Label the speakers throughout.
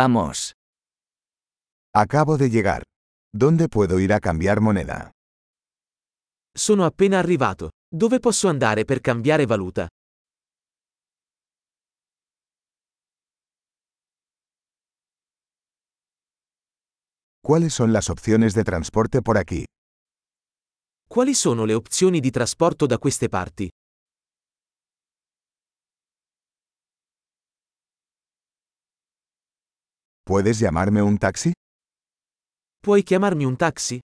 Speaker 1: Vamos.
Speaker 2: Acabo de llegar. ¿Dónde puedo ir a cambiar moneda?
Speaker 3: Sono appena arrivato. Dove posso andare per cambiare valuta?
Speaker 2: ¿Cuáles son las opciones de transporte por aquí?
Speaker 3: Quali sono le opzioni di trasporto da queste parti?
Speaker 2: ¿Puedes llamarme un taxi?
Speaker 3: Puoi chiamarmi un taxi?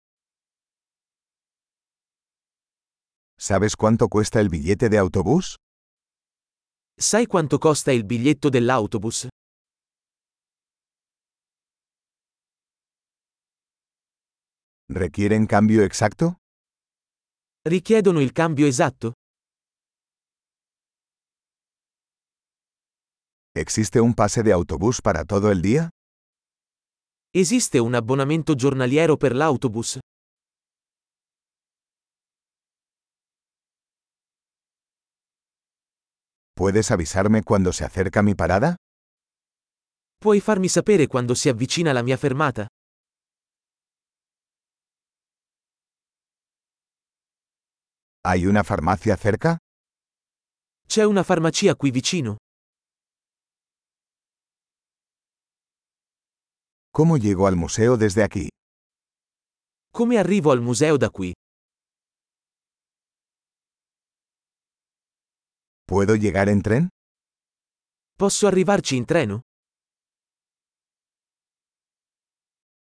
Speaker 2: ¿Sabes cuánto cuesta el billete de autobús?
Speaker 3: Sai quanto costa il biglietto dell'autobus?
Speaker 2: ¿Requieren cambio exacto?
Speaker 3: Richiedono il cambio esatto?
Speaker 2: ¿Existe un pase de autobús para todo el día?
Speaker 3: Esiste un abbonamento giornaliero per l'autobus?
Speaker 2: ¿Puedes avisarme cuando se acerca mi parada?
Speaker 3: Puoi farmi sapere quando si avvicina la mia fermata?
Speaker 2: ¿Hay una farmacia cerca?
Speaker 3: C'è una farmacia qui vicino?
Speaker 2: ¿Cómo llego al museo desde aquí?
Speaker 3: Come arrivo al museo da qui?
Speaker 2: ¿Puedo llegar en tren?
Speaker 3: Posso arrivarci in treno?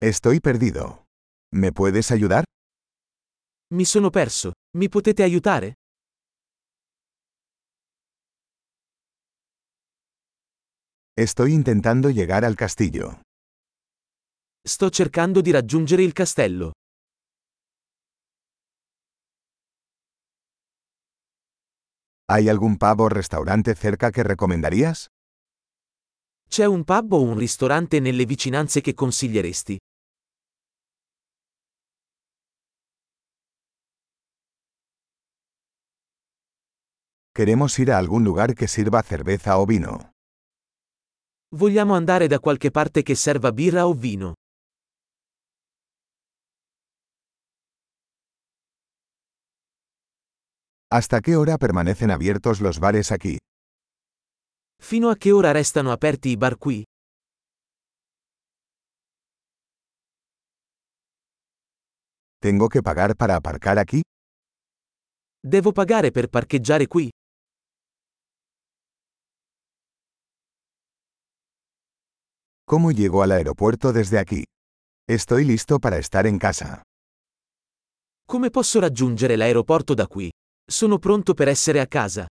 Speaker 2: Estoy perdido. ¿Me puedes ayudar?
Speaker 3: Mi sono perso. Mi potete aiutare?
Speaker 2: Estoy intentando llegar al castillo.
Speaker 3: Sto cercando di raggiungere il castello.
Speaker 2: ¿Hay algún pavo o restaurante cerca que recomendarías?
Speaker 3: C'è un pub o un ristorante nelle vicinanze che consiglieresti?
Speaker 2: Queremos ir a algún lugar que sirva cerveza o vino.
Speaker 3: Vogliamo andare da qualche parte che serva birra o vino?
Speaker 2: ¿Hasta qué hora permanecen abiertos los bares aquí?
Speaker 3: Fino a che ora restano aperti i bar qui?
Speaker 2: ¿Tengo que pagar para aparcar aquí?
Speaker 3: Devo pagare per parcheggiare qui?
Speaker 2: ¿Cómo llego al aeropuerto desde aquí? Estoy listo para estar en casa.
Speaker 3: Come posso raggiungere l'aeroporto da qui? Sono pronto per essere a casa.